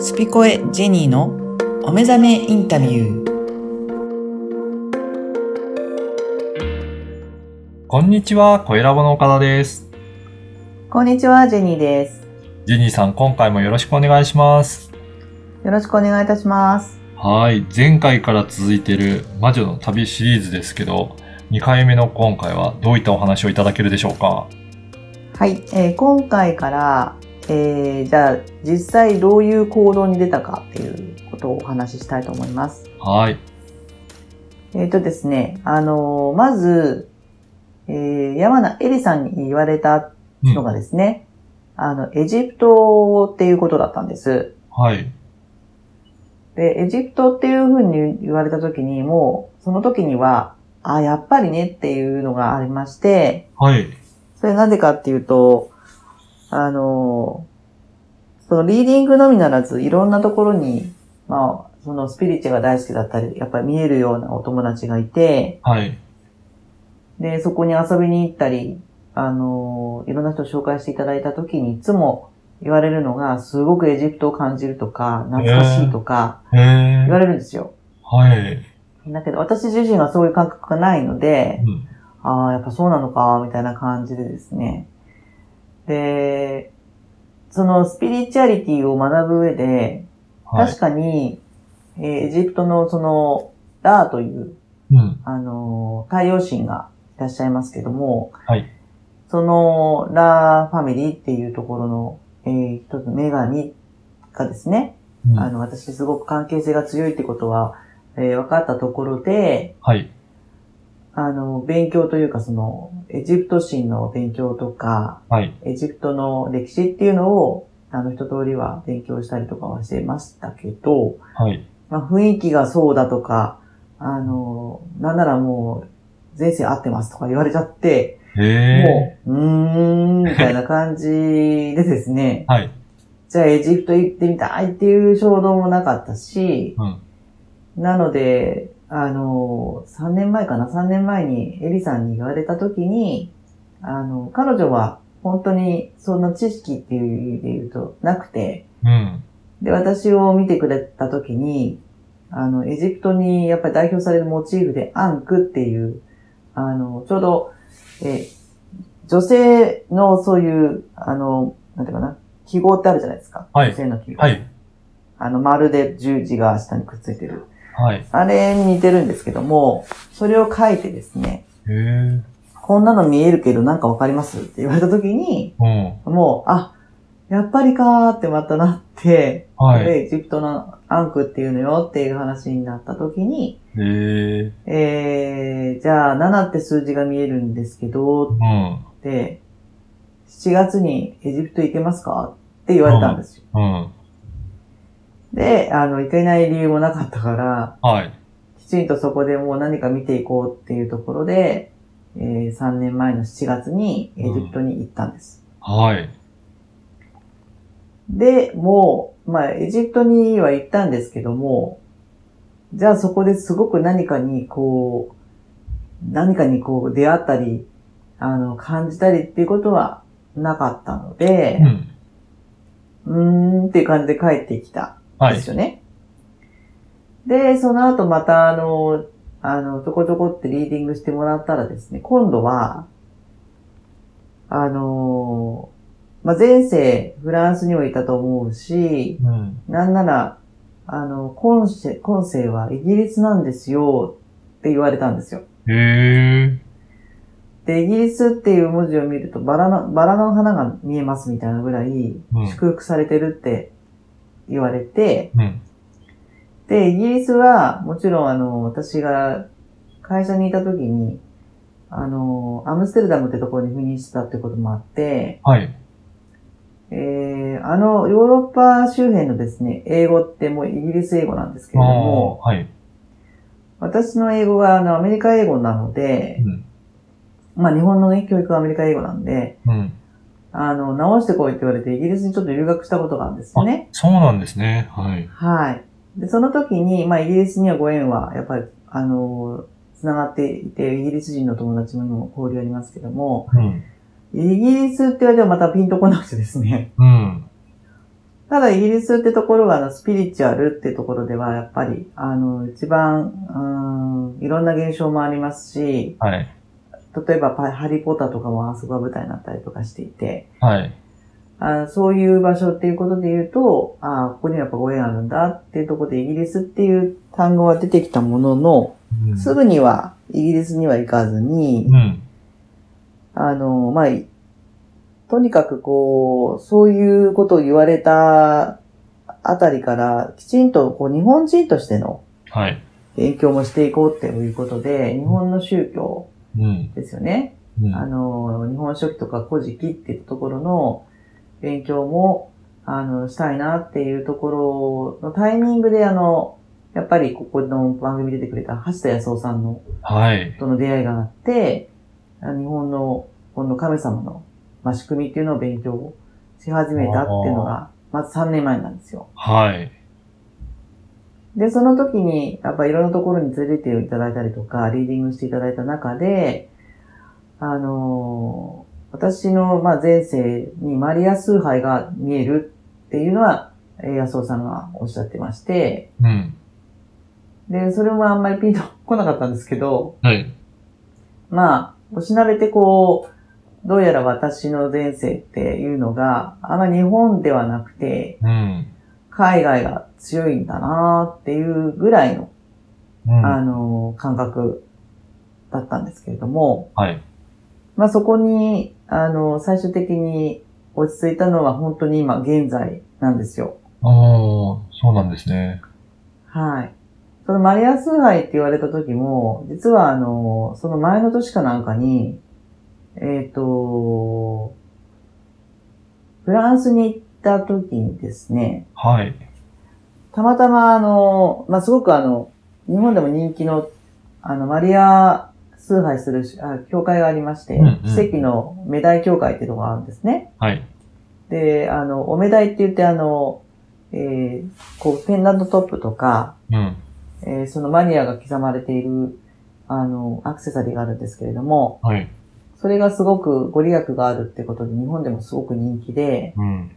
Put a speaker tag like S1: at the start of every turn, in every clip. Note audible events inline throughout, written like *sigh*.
S1: スピコエジェニーのお目覚めインタビュー。
S2: こんにちは、小ラボの岡田です。
S1: こんにちは、ジェニーです。
S2: ジェニーさん、今回もよろしくお願いします。
S1: よろしくお願いいたします。
S2: はい、前回から続いている魔女の旅シリーズですけど、2回目の今回はどういったお話をいただけるでしょうか
S1: はい、えー今回から、えーじゃあ実際どういう行動に出たかっていうことをお話ししたいと思います。
S2: はい、
S1: えっ、とですね、あのーまず、えー山名エリさんに言われた
S2: うん
S1: のがですね、あの、エジプトっていうことだったんです。
S2: はい、
S1: で、エジプトっていうふうに言われた時に、もう、その時には、あ、やっぱりねっていうのがありまして、
S2: はい、
S1: それなぜかっていうと、あのーそのリーディングのみならず、いろんなところに、まあ、そのスピリチュアが大好きだったり、やっぱり見えるようなお友達がいて、
S2: はい、
S1: で、そこに遊びに行ったり、あのーいろんな人を紹介していただいた時にいつも言われるのが、すごくエジプトを感じるとか、懐かしいとか、
S2: へ
S1: 言わ
S2: ー、
S1: れるんですよ。
S2: はい、
S1: だけど、私自身はそういう感覚がないので、
S2: うん、
S1: ああ、やっぱそうなのか、みたいな感じでですね。で、そのスピリチュアリティを学ぶ上で、
S2: はい
S1: 確、かに、えーエジプトのその、ラーという
S2: うん、
S1: あの、太陽神がいらっしゃいますけども、
S2: はい
S1: その、ラーファミリーっていうところの、えー一つ女神がですね、
S2: うん
S1: あの、私すごく関係性が強いってことは、えー分かったところで、
S2: はい、
S1: あの、勉強というかその、エジプト神の勉強とか、
S2: はい、
S1: エジプトの歴史っていうのを、あの、一通りは勉強したりとかはしてましたけど、
S2: はい、
S1: まあ、雰囲気がそうだとか、あの、なんならもう、前世合ってますとか言われちゃって、
S2: へ
S1: もう、うーん、みたいな感じでですね
S2: ー、、はい、
S1: じゃあエジプト行ってみたいっていう衝動もなかったし、
S2: うん、
S1: なので、あの、3年前かな、3年前にエリさんに言われた時に、あの、彼女は本当にそんな知識っていう意味で言うとなくて、
S2: うん、
S1: で、私を見てくれたときに、あの、エジプトにやっぱり代表されるモチーフでアンクっていう、あの、ちょうど、え、女性のそういう、あの、なんていうかな、記号ってあるじゃないですか。
S2: はい
S1: 女性の記号。
S2: はい、
S1: あの、丸で十字が下にくっついてる。
S2: はい、
S1: あれに似てるんですけども、それを書いてですね、
S2: へー、
S1: こんなの見えるけどなんかわかりますって言われたときに、
S2: うん、
S1: もう、あ、やっぱりかーってまたなって、
S2: はい、
S1: で、エジプトのアンクっていうのよっていう話になった時に、
S2: へー、
S1: えー、じゃあ7って数字が見えるんですけど、
S2: うん、
S1: って、7月にエジプト行けますかって言われたんですよ。
S2: うん、
S1: で、あの、行けない理由もなかったから、
S2: はい、
S1: きちんとそこでもう何か見ていこうっていうところで、えー3年前の7月にエジプトに行ったんです。
S2: はい、
S1: で、もう、まあ、エジプトには行ったんですけども、じゃあそこですごく何かにこう、何かにこう出会ったり、あの、感じたりっていうことはなかったので
S2: う、ん、
S1: うーんっていう感じで帰ってきた
S2: は
S1: ん
S2: い
S1: です、よね。で、その後またあの、あの、ちょこちょこってリーディングしてもらったらですね、今度は、あの、まあ、前世フランスにもいたと思うし、
S2: うん、
S1: なんなら、あの、今世、今世はイギリスなんですよって言われたんですよ。
S2: へー、
S1: で、イギリスっていう文字を見るとバラの、バラの花が見えますみたいなぐらい
S2: うん、
S1: 祝福されてるって言われて、
S2: うん、
S1: で、イギリスはもちろんあの、私が会社にいた時に、あの、アムステルダムってところに赴任してたってこともあって、
S2: はい、
S1: えー、あの、ヨーロッパ周辺のですね、英語ってもうイギリス英語なんですけれども、
S2: あーはい、
S1: 私の英語があのアメリカ英語なの
S2: う
S1: で、
S2: ん、
S1: まあ日本のね、教育はアメリカ英語なんで、
S2: うん、
S1: あの、直してこいって言われてイギリスにちょっと留学したことがあるんですよね。
S2: そうなんですね、はい、
S1: はい。で、その時に、まあイギリスにはご縁は、やっぱり、あの、つながっていて、イギリス人の友達も今も交流ありますけども、
S2: うん、
S1: イギリスって言われてもまたピンとこなくてですね、
S2: うん、
S1: *laughs* ただイギリスってところは、あの、スピリチュアルってところでは、やっぱり、あの、一番、うん、いろんな現象もありますし、
S2: はい。
S1: 例えばパ、ハリーポッターとかもあそこが舞台になったりとかしていて、
S2: はい。
S1: あそういう場所っていうことで言うと、あここにはやっぱご縁あるんだっていうところで、イギリスっていう単語は出てきたものの、
S2: うん
S1: すぐにはイギリスには行かずに、
S2: うん。
S1: あの、まあ、いとにかくこう、そういうことを言われたあたりから、きちんとこう日本人としての
S2: はい。
S1: 勉強もしていこうっていうことで、日本の宗教
S2: うん。
S1: ですよね。
S2: うん。
S1: あの、日本書紀とか古事記っていうところの勉強も、あの、したいなっていうところのタイミングで、あの、やっぱりここの番組に出てくれた橋田康夫さんの
S2: はい。
S1: との出会いがあって、あ日本の、この神様の、まあ、仕組みっていうのを勉強をし始めたっていうのが、まず3年前なんですよ。
S2: はい。
S1: で、その時に、やっぱいろんなところに連れていただいたりとか、リーディングしていただいた中で、あのー私の、まあ、前世にマリア崇拝が見えるっていうのは、えー安尾さんがおっしゃってまして、
S2: うん。
S1: で、それもあんまりピンと来なかったんですけど、
S2: はい。
S1: まあ、おしなべてこう、どうやら私の前世っていうのが、あんま日本ではなくて、
S2: うん。
S1: 海外が強いんだなっていうぐらいの、
S2: うん。
S1: あ
S2: は
S1: の、感覚だったんですけれども、
S2: い。
S1: まあそこに、あの、最終的に落ち着いたのは本当に今現在なんですよ。
S2: おー、そうなんですね。
S1: はい。そのマリア崇拝って言われた時も、実はあの、その前の年かなんかに、えっ、と、フランスに行った時にですね、
S2: はい。
S1: たまたまあの、まあ、すごくあの、日本でも人気の、あの、マリア崇拝するしあ教会がありまして、
S2: うんうん
S1: 奇跡のメダイ教会っていうのがあるんですね。
S2: はい。
S1: で、あの、おめだいって言って、あの、えーこう、ペンダントトップとか、
S2: うん。
S1: えーそのマニアが刻まれている、あの、アクセサリーがあるんですけれども、
S2: はい。
S1: それがすごくご利益があるってことで、日本でもすごく人気で、
S2: うん。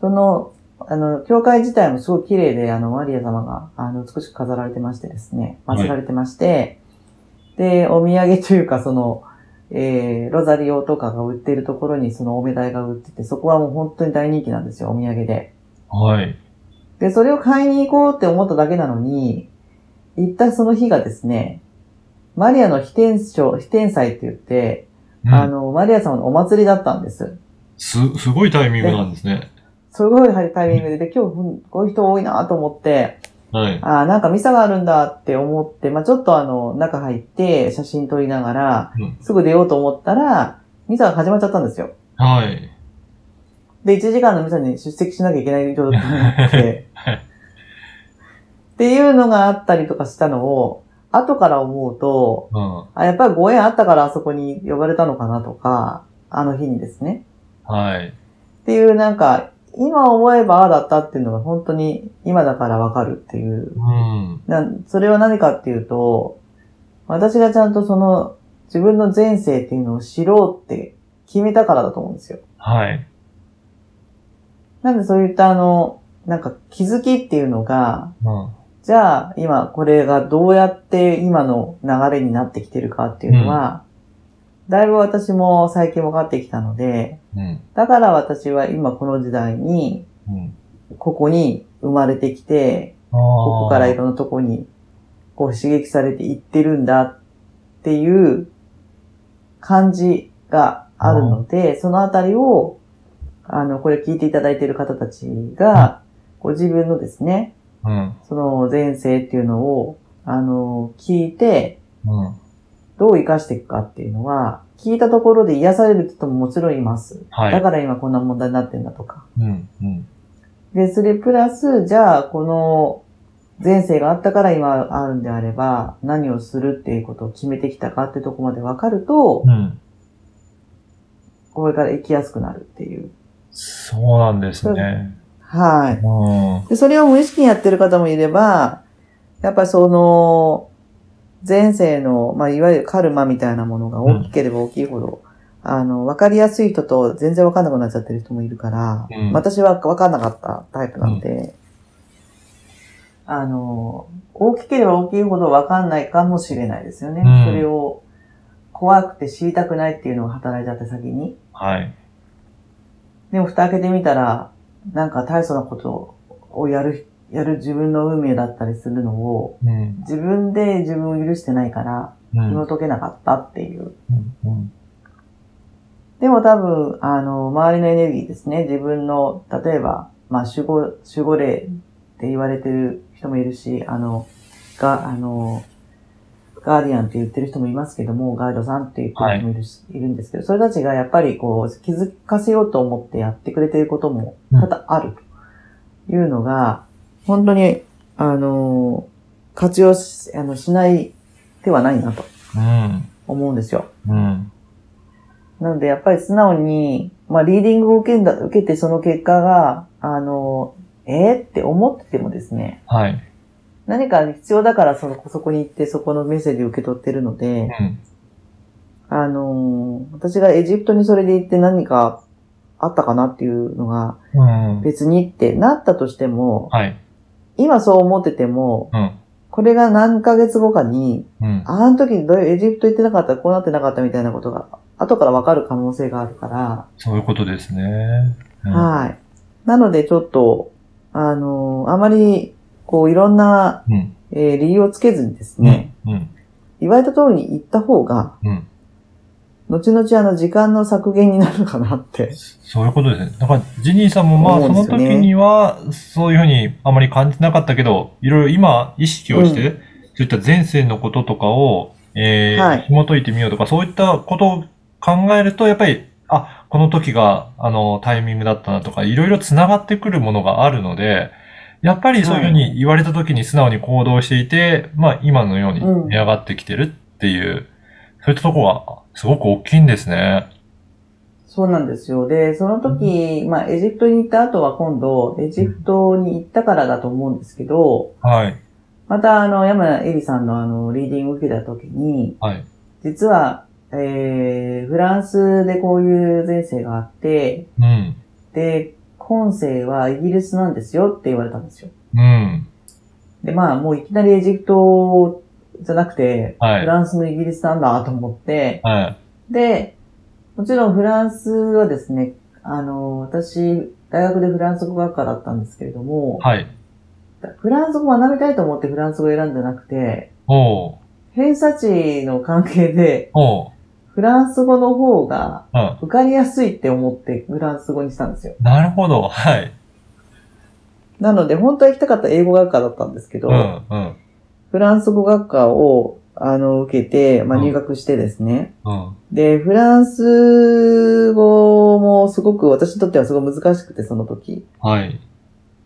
S1: その、あの、教会自体もすごい綺麗で、あの、マリア様が、あの、美しく飾られてましてですね、
S2: はい
S1: 祀られてまして、で、お土産というか、その、えー、ロザリオとかが売ってるところにそのおめだいが売ってて、そこはもう本当に大人気なんですよ、お土産で。
S2: はい。
S1: で、それを買いに行こうって思っただけなのに、行ったその日がですね、マリアの非天賞、非天祭って言って、
S2: うん
S1: あの、マリア様のお祭りだったんです。
S2: す、すごいタイミングなんですね。
S1: すごいタイミングで、で今日ふんこういう人多いなと思って、
S2: はい。
S1: ああ、なんかミサがあるんだって思って、まあちょっとあの、中入って写真撮りながら
S2: うん、
S1: すぐ出ようと思ったら、ミサが始まっちゃったんですよ。
S2: はい。
S1: で、1時間のミサに出席しなきゃいけない状態になって、
S2: *laughs*
S1: っていうのがあったりとかしたのを、後から思うと、
S2: うん。は
S1: あ、やっぱりご縁あったからあそこに呼ばれたのかなとか、あの日にですね。
S2: い。
S1: っていうなんか、今思えばああだったっていうのが本当に今だからわかるっていう。
S2: うん。
S1: なんそれは何かっていうと、私がちゃんとその自分の前世っていうのを知ろうって決めたからだと思うんですよ。
S2: はい。
S1: なんでそういったあの、なんか気づきっていうのが、
S2: うん。
S1: じゃあ今これがどうやって今の流れになってきてるかっていうのは、だいぶ私も最近分かってきたので、
S2: うん。
S1: だから私は今この時代に、
S2: うん。
S1: ここに生まれてきて、
S2: こ
S1: ここからいろんなとこに、こう刺激されていってるんだっていう感じがあるので、そのあたりを、あの、これ聞いていただいている方たちが、ご自分のですね、
S2: うん。
S1: その前世っていうのを、あの、聞いて、
S2: うん。
S1: どう活かしていくかっていうのは、聞いたところで癒される人ももちろんいます。
S2: はい。
S1: だから今こんな問題になってんだとか。
S2: うん。うん。
S1: で、それプラス、じゃあ、この前世があったから今あるんであれば、何をするっていうことを決めてきたかってとこまでわかると、
S2: うん。
S1: これから生きやすくなるっていう。
S2: そうなんですね。
S1: は
S2: うん。
S1: い。で、それを無意識にやってる方もいれば、やっぱりその、前世の、まあ、いわゆるカルマみたいなものが大きければ大きいほど、あの、わかりやすい人と全然わかんなくなっちゃってる人もいるから、
S2: うん
S1: 私はわかんなかったタイプなんで、あの、大きければ大きいほどわかんないかもしれないですよね。
S2: うん
S1: それを怖くて知りたくないっていうのが働いちゃって先に。
S2: はい。
S1: でも蓋開けてみたら、なんか大層なことをやる、やる自分の運命だったりするのを、
S2: うん。
S1: 自分で自分を許してないから、
S2: うん。
S1: 紐解けなかったっていう。
S2: うん。
S1: でも多分、あの、周りのエネルギーですね。自分の、例えば、まあ、守護、守護霊って言われてる人もいるし、あの、が、あの、ガーディアンって言ってる人もいますけども、ガイドさんって言ってる人もいるし、い、るんですけど、それたちがやっぱりこう、気づかせようと思ってやってくれてることも
S2: うん
S1: 多々あるというのが、本当に、あの、活用し、あの、しない手はないなと
S2: うん。
S1: 思うんですよ。
S2: うん。
S1: なので、やっぱり素直に、まあ、リーディングを受けんだ受けて、その結果が、あの、えー、って思っててもですね、
S2: はい。
S1: 何か必要だからその、そこに行って、そこのメッセージを受け取ってるので、
S2: うん。
S1: あのー私がエジプトにそれで行って何かあったかなっていうのが、
S2: うん。
S1: 別にってなったとしても、
S2: はい。
S1: 今そう思ってても、
S2: うん。
S1: これが何ヶ月後かに、
S2: うん。
S1: あの時にどういうエジプト行ってなかったらこうなってなかったみたいなことが、後からわかる可能性があるから、
S2: そういうことですね。うん
S1: はい。なのでちょっと、あのーあまり、こう、いろんな、
S2: うん。
S1: えー理由をつけずにです
S2: うん
S1: ね、。
S2: うん。
S1: 言われた通りに行った方が、
S2: うん。
S1: 後々あの、時間の削減になるかなって。
S2: そういうことですね。だから、ジニーさんもまあ、
S1: 思う
S2: そ
S1: んで
S2: の
S1: すよ
S2: 時
S1: ね
S2: には、そういうふうにあまり感じなかったけど、いろいろ今、意識をして、そういった前世のこととかを、えー
S1: はい
S2: 紐解いてみようとか、そういったことを考えると、やっぱり、あ、この時が、あの、タイミングだったなとか、いろいろ繋がってくるものがあるので、やっぱりそういうふうに言われた時に素直に行動していて、まあ、今のように
S1: うん
S2: 値上がってきてるっていう、そういったとこが、すごく大きいんですね。
S1: そうなんですよ。で、その時、まあ、エジプトに行った後は今度、エジプトに行ったからだと思うんですけど、
S2: はい。
S1: また、あの、山エリさんのあの、リーディングを受けた時に、
S2: はい。
S1: 実は、えー、フランスでこういう前世があって、
S2: うん。
S1: で、今世はイギリスなんですよって言われたんですよ。
S2: うん。
S1: で、まあ、もういきなりエジプトじゃなくて、
S2: は
S1: フ
S2: い。
S1: ランスのイギリスなんだと思って、
S2: は
S1: で、もちろんフランスはですね、あの、私、大学でフランス語学科だったんですけれども
S2: い。、はい。
S1: フランス語を学びたいと思ってフランス語を選んでなくて、
S2: おう。
S1: 偏差値の関係で、
S2: おう。
S1: フランス語の方が
S2: うん。
S1: 受かりやすいって思ってフランス語にしたんですよ。
S2: なるほど。はい。
S1: なので、本当は行きたかった英語学科だったんですけど、
S2: うん。うん。
S1: フランス語学科を、あの、受けて、まあ、
S2: うん
S1: 入学してですね。
S2: うん。
S1: で、フランス語もすごく、私にとってはすごい難しくて、その時。
S2: はい。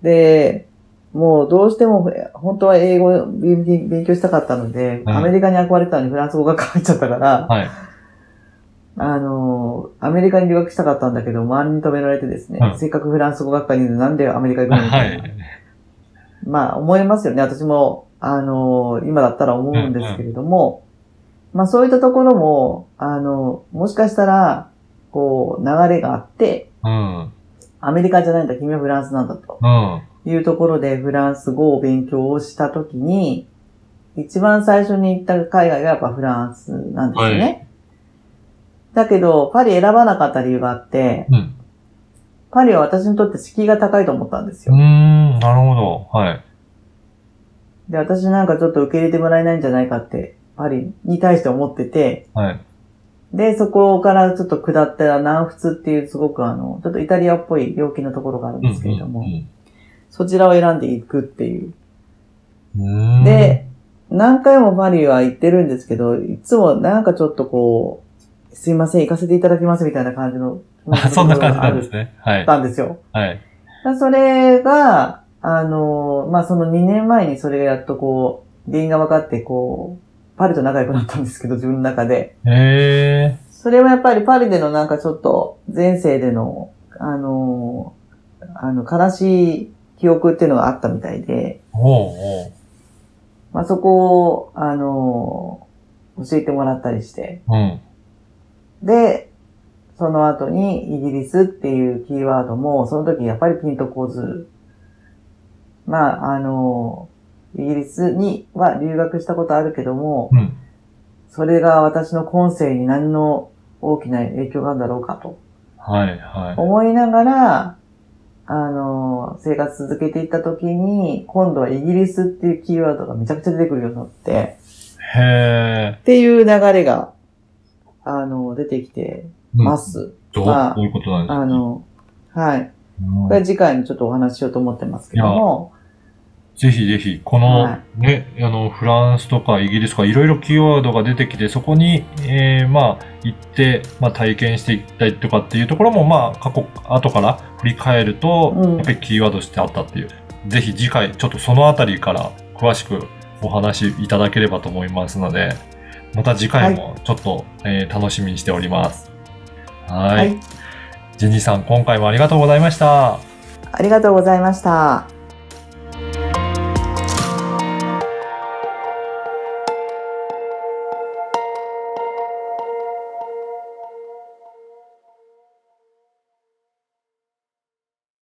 S1: で、もうどうしても、え本当は英語を勉勉強したかったので、
S2: うん
S1: アメリカに憧れてたのにフランス語学科入っちゃったから、
S2: はい。
S1: あの、アメリカに留学したかったんだけど、周りに止められてですね、
S2: うん
S1: せっかくフランス語学科にいるのになんでアメリカ行くのみた
S2: はい
S1: な。
S2: い。
S1: まあ思いますよね。私も、あのー今だったら思うんですけれども、まあそういったところも、あのもしかしたら、こう、流れがあって、
S2: うん。うん。
S1: アメリカじゃないんだ、君はフランスなんだと
S2: は
S1: いうところで、フランス語を勉強をしたときに、一番最初に行った海外がやっぱフランスなんですよね。
S2: は
S1: だけど、パリ選ばなかった理由があって、
S2: うん
S1: パリは私にとって敷居が高いと思ったんです
S2: う
S1: よ
S2: ー。ん。なるほど。はい。
S1: で、私なんかちょっと受け入れてもらえないんじゃないかって、パリに対して思ってて、
S2: はい。
S1: で、そこからちょっと下ったら南仏っていうすごくあの、ちょっとイタリアっぽい病気のところがあるん
S2: うん。
S1: ですけれども、
S2: うん
S1: そちらを選んでいくっていう。
S2: うん。うーん
S1: で、何回もパリは行ってるんですけど、いつもなんかちょっとこう、すいません、行かせていただきますみたいな感じの気持ち
S2: あ、
S1: の
S2: *laughs* そんな感
S1: と
S2: じ
S1: ころがあ
S2: なん
S1: る
S2: ですね。はい。
S1: たんですよ。
S2: はい。
S1: だそれが、あの、まあ、その2年前にそれがやっとこう、原因が分かって、こう、パリと仲良くなったんですけど、自分の中で。
S2: え
S1: それはやっぱりパリでのなんかちょっと、前世での、あの、あの、悲しい記憶っていうのがあったみたいで、
S2: ー。おうおう。
S1: まあ、そこを、あの、教えてもらったりして。
S2: うん。
S1: で、その後にイギリスっていうキーワードも、その時やっぱりピンとこず、まあ、あの、イギリスには留学したことあるけども、
S2: うん。
S1: それが私の今世に何の大きな影響があるんだろうかと
S2: はい、は
S1: 思いながら、あの、生活続けていった時に、今度はイギリスっていうキーワードがめちゃくちゃ出てくるようになって、
S2: い。へえ。
S1: っていう流れが、あの、出てきて
S2: うん
S1: ます。
S2: どう、
S1: まあ
S2: どういうことなんですか
S1: あの、はい。
S2: うん
S1: これは次回にちょっとお話ししようと思ってますけども、
S2: ぜひぜひ、この、
S1: は
S2: ね、あの、フランスとかイギリスとかいろいろキーワードが出てきて、そこに、えーまあ、行って、まあ、体験していったりとかっていうところも、まあ、過去、後から振り返ると、
S1: うん
S2: やっぱりキーワードしてあったっていう。ぜひ次回、ちょっとそのあたりから詳しくお話しいただければと思いますので、また次回もちょっと、えー楽しみにしております。はい。
S1: はい。
S2: ジェニーさん、今回もありがとうございました。
S1: ありがとうございました。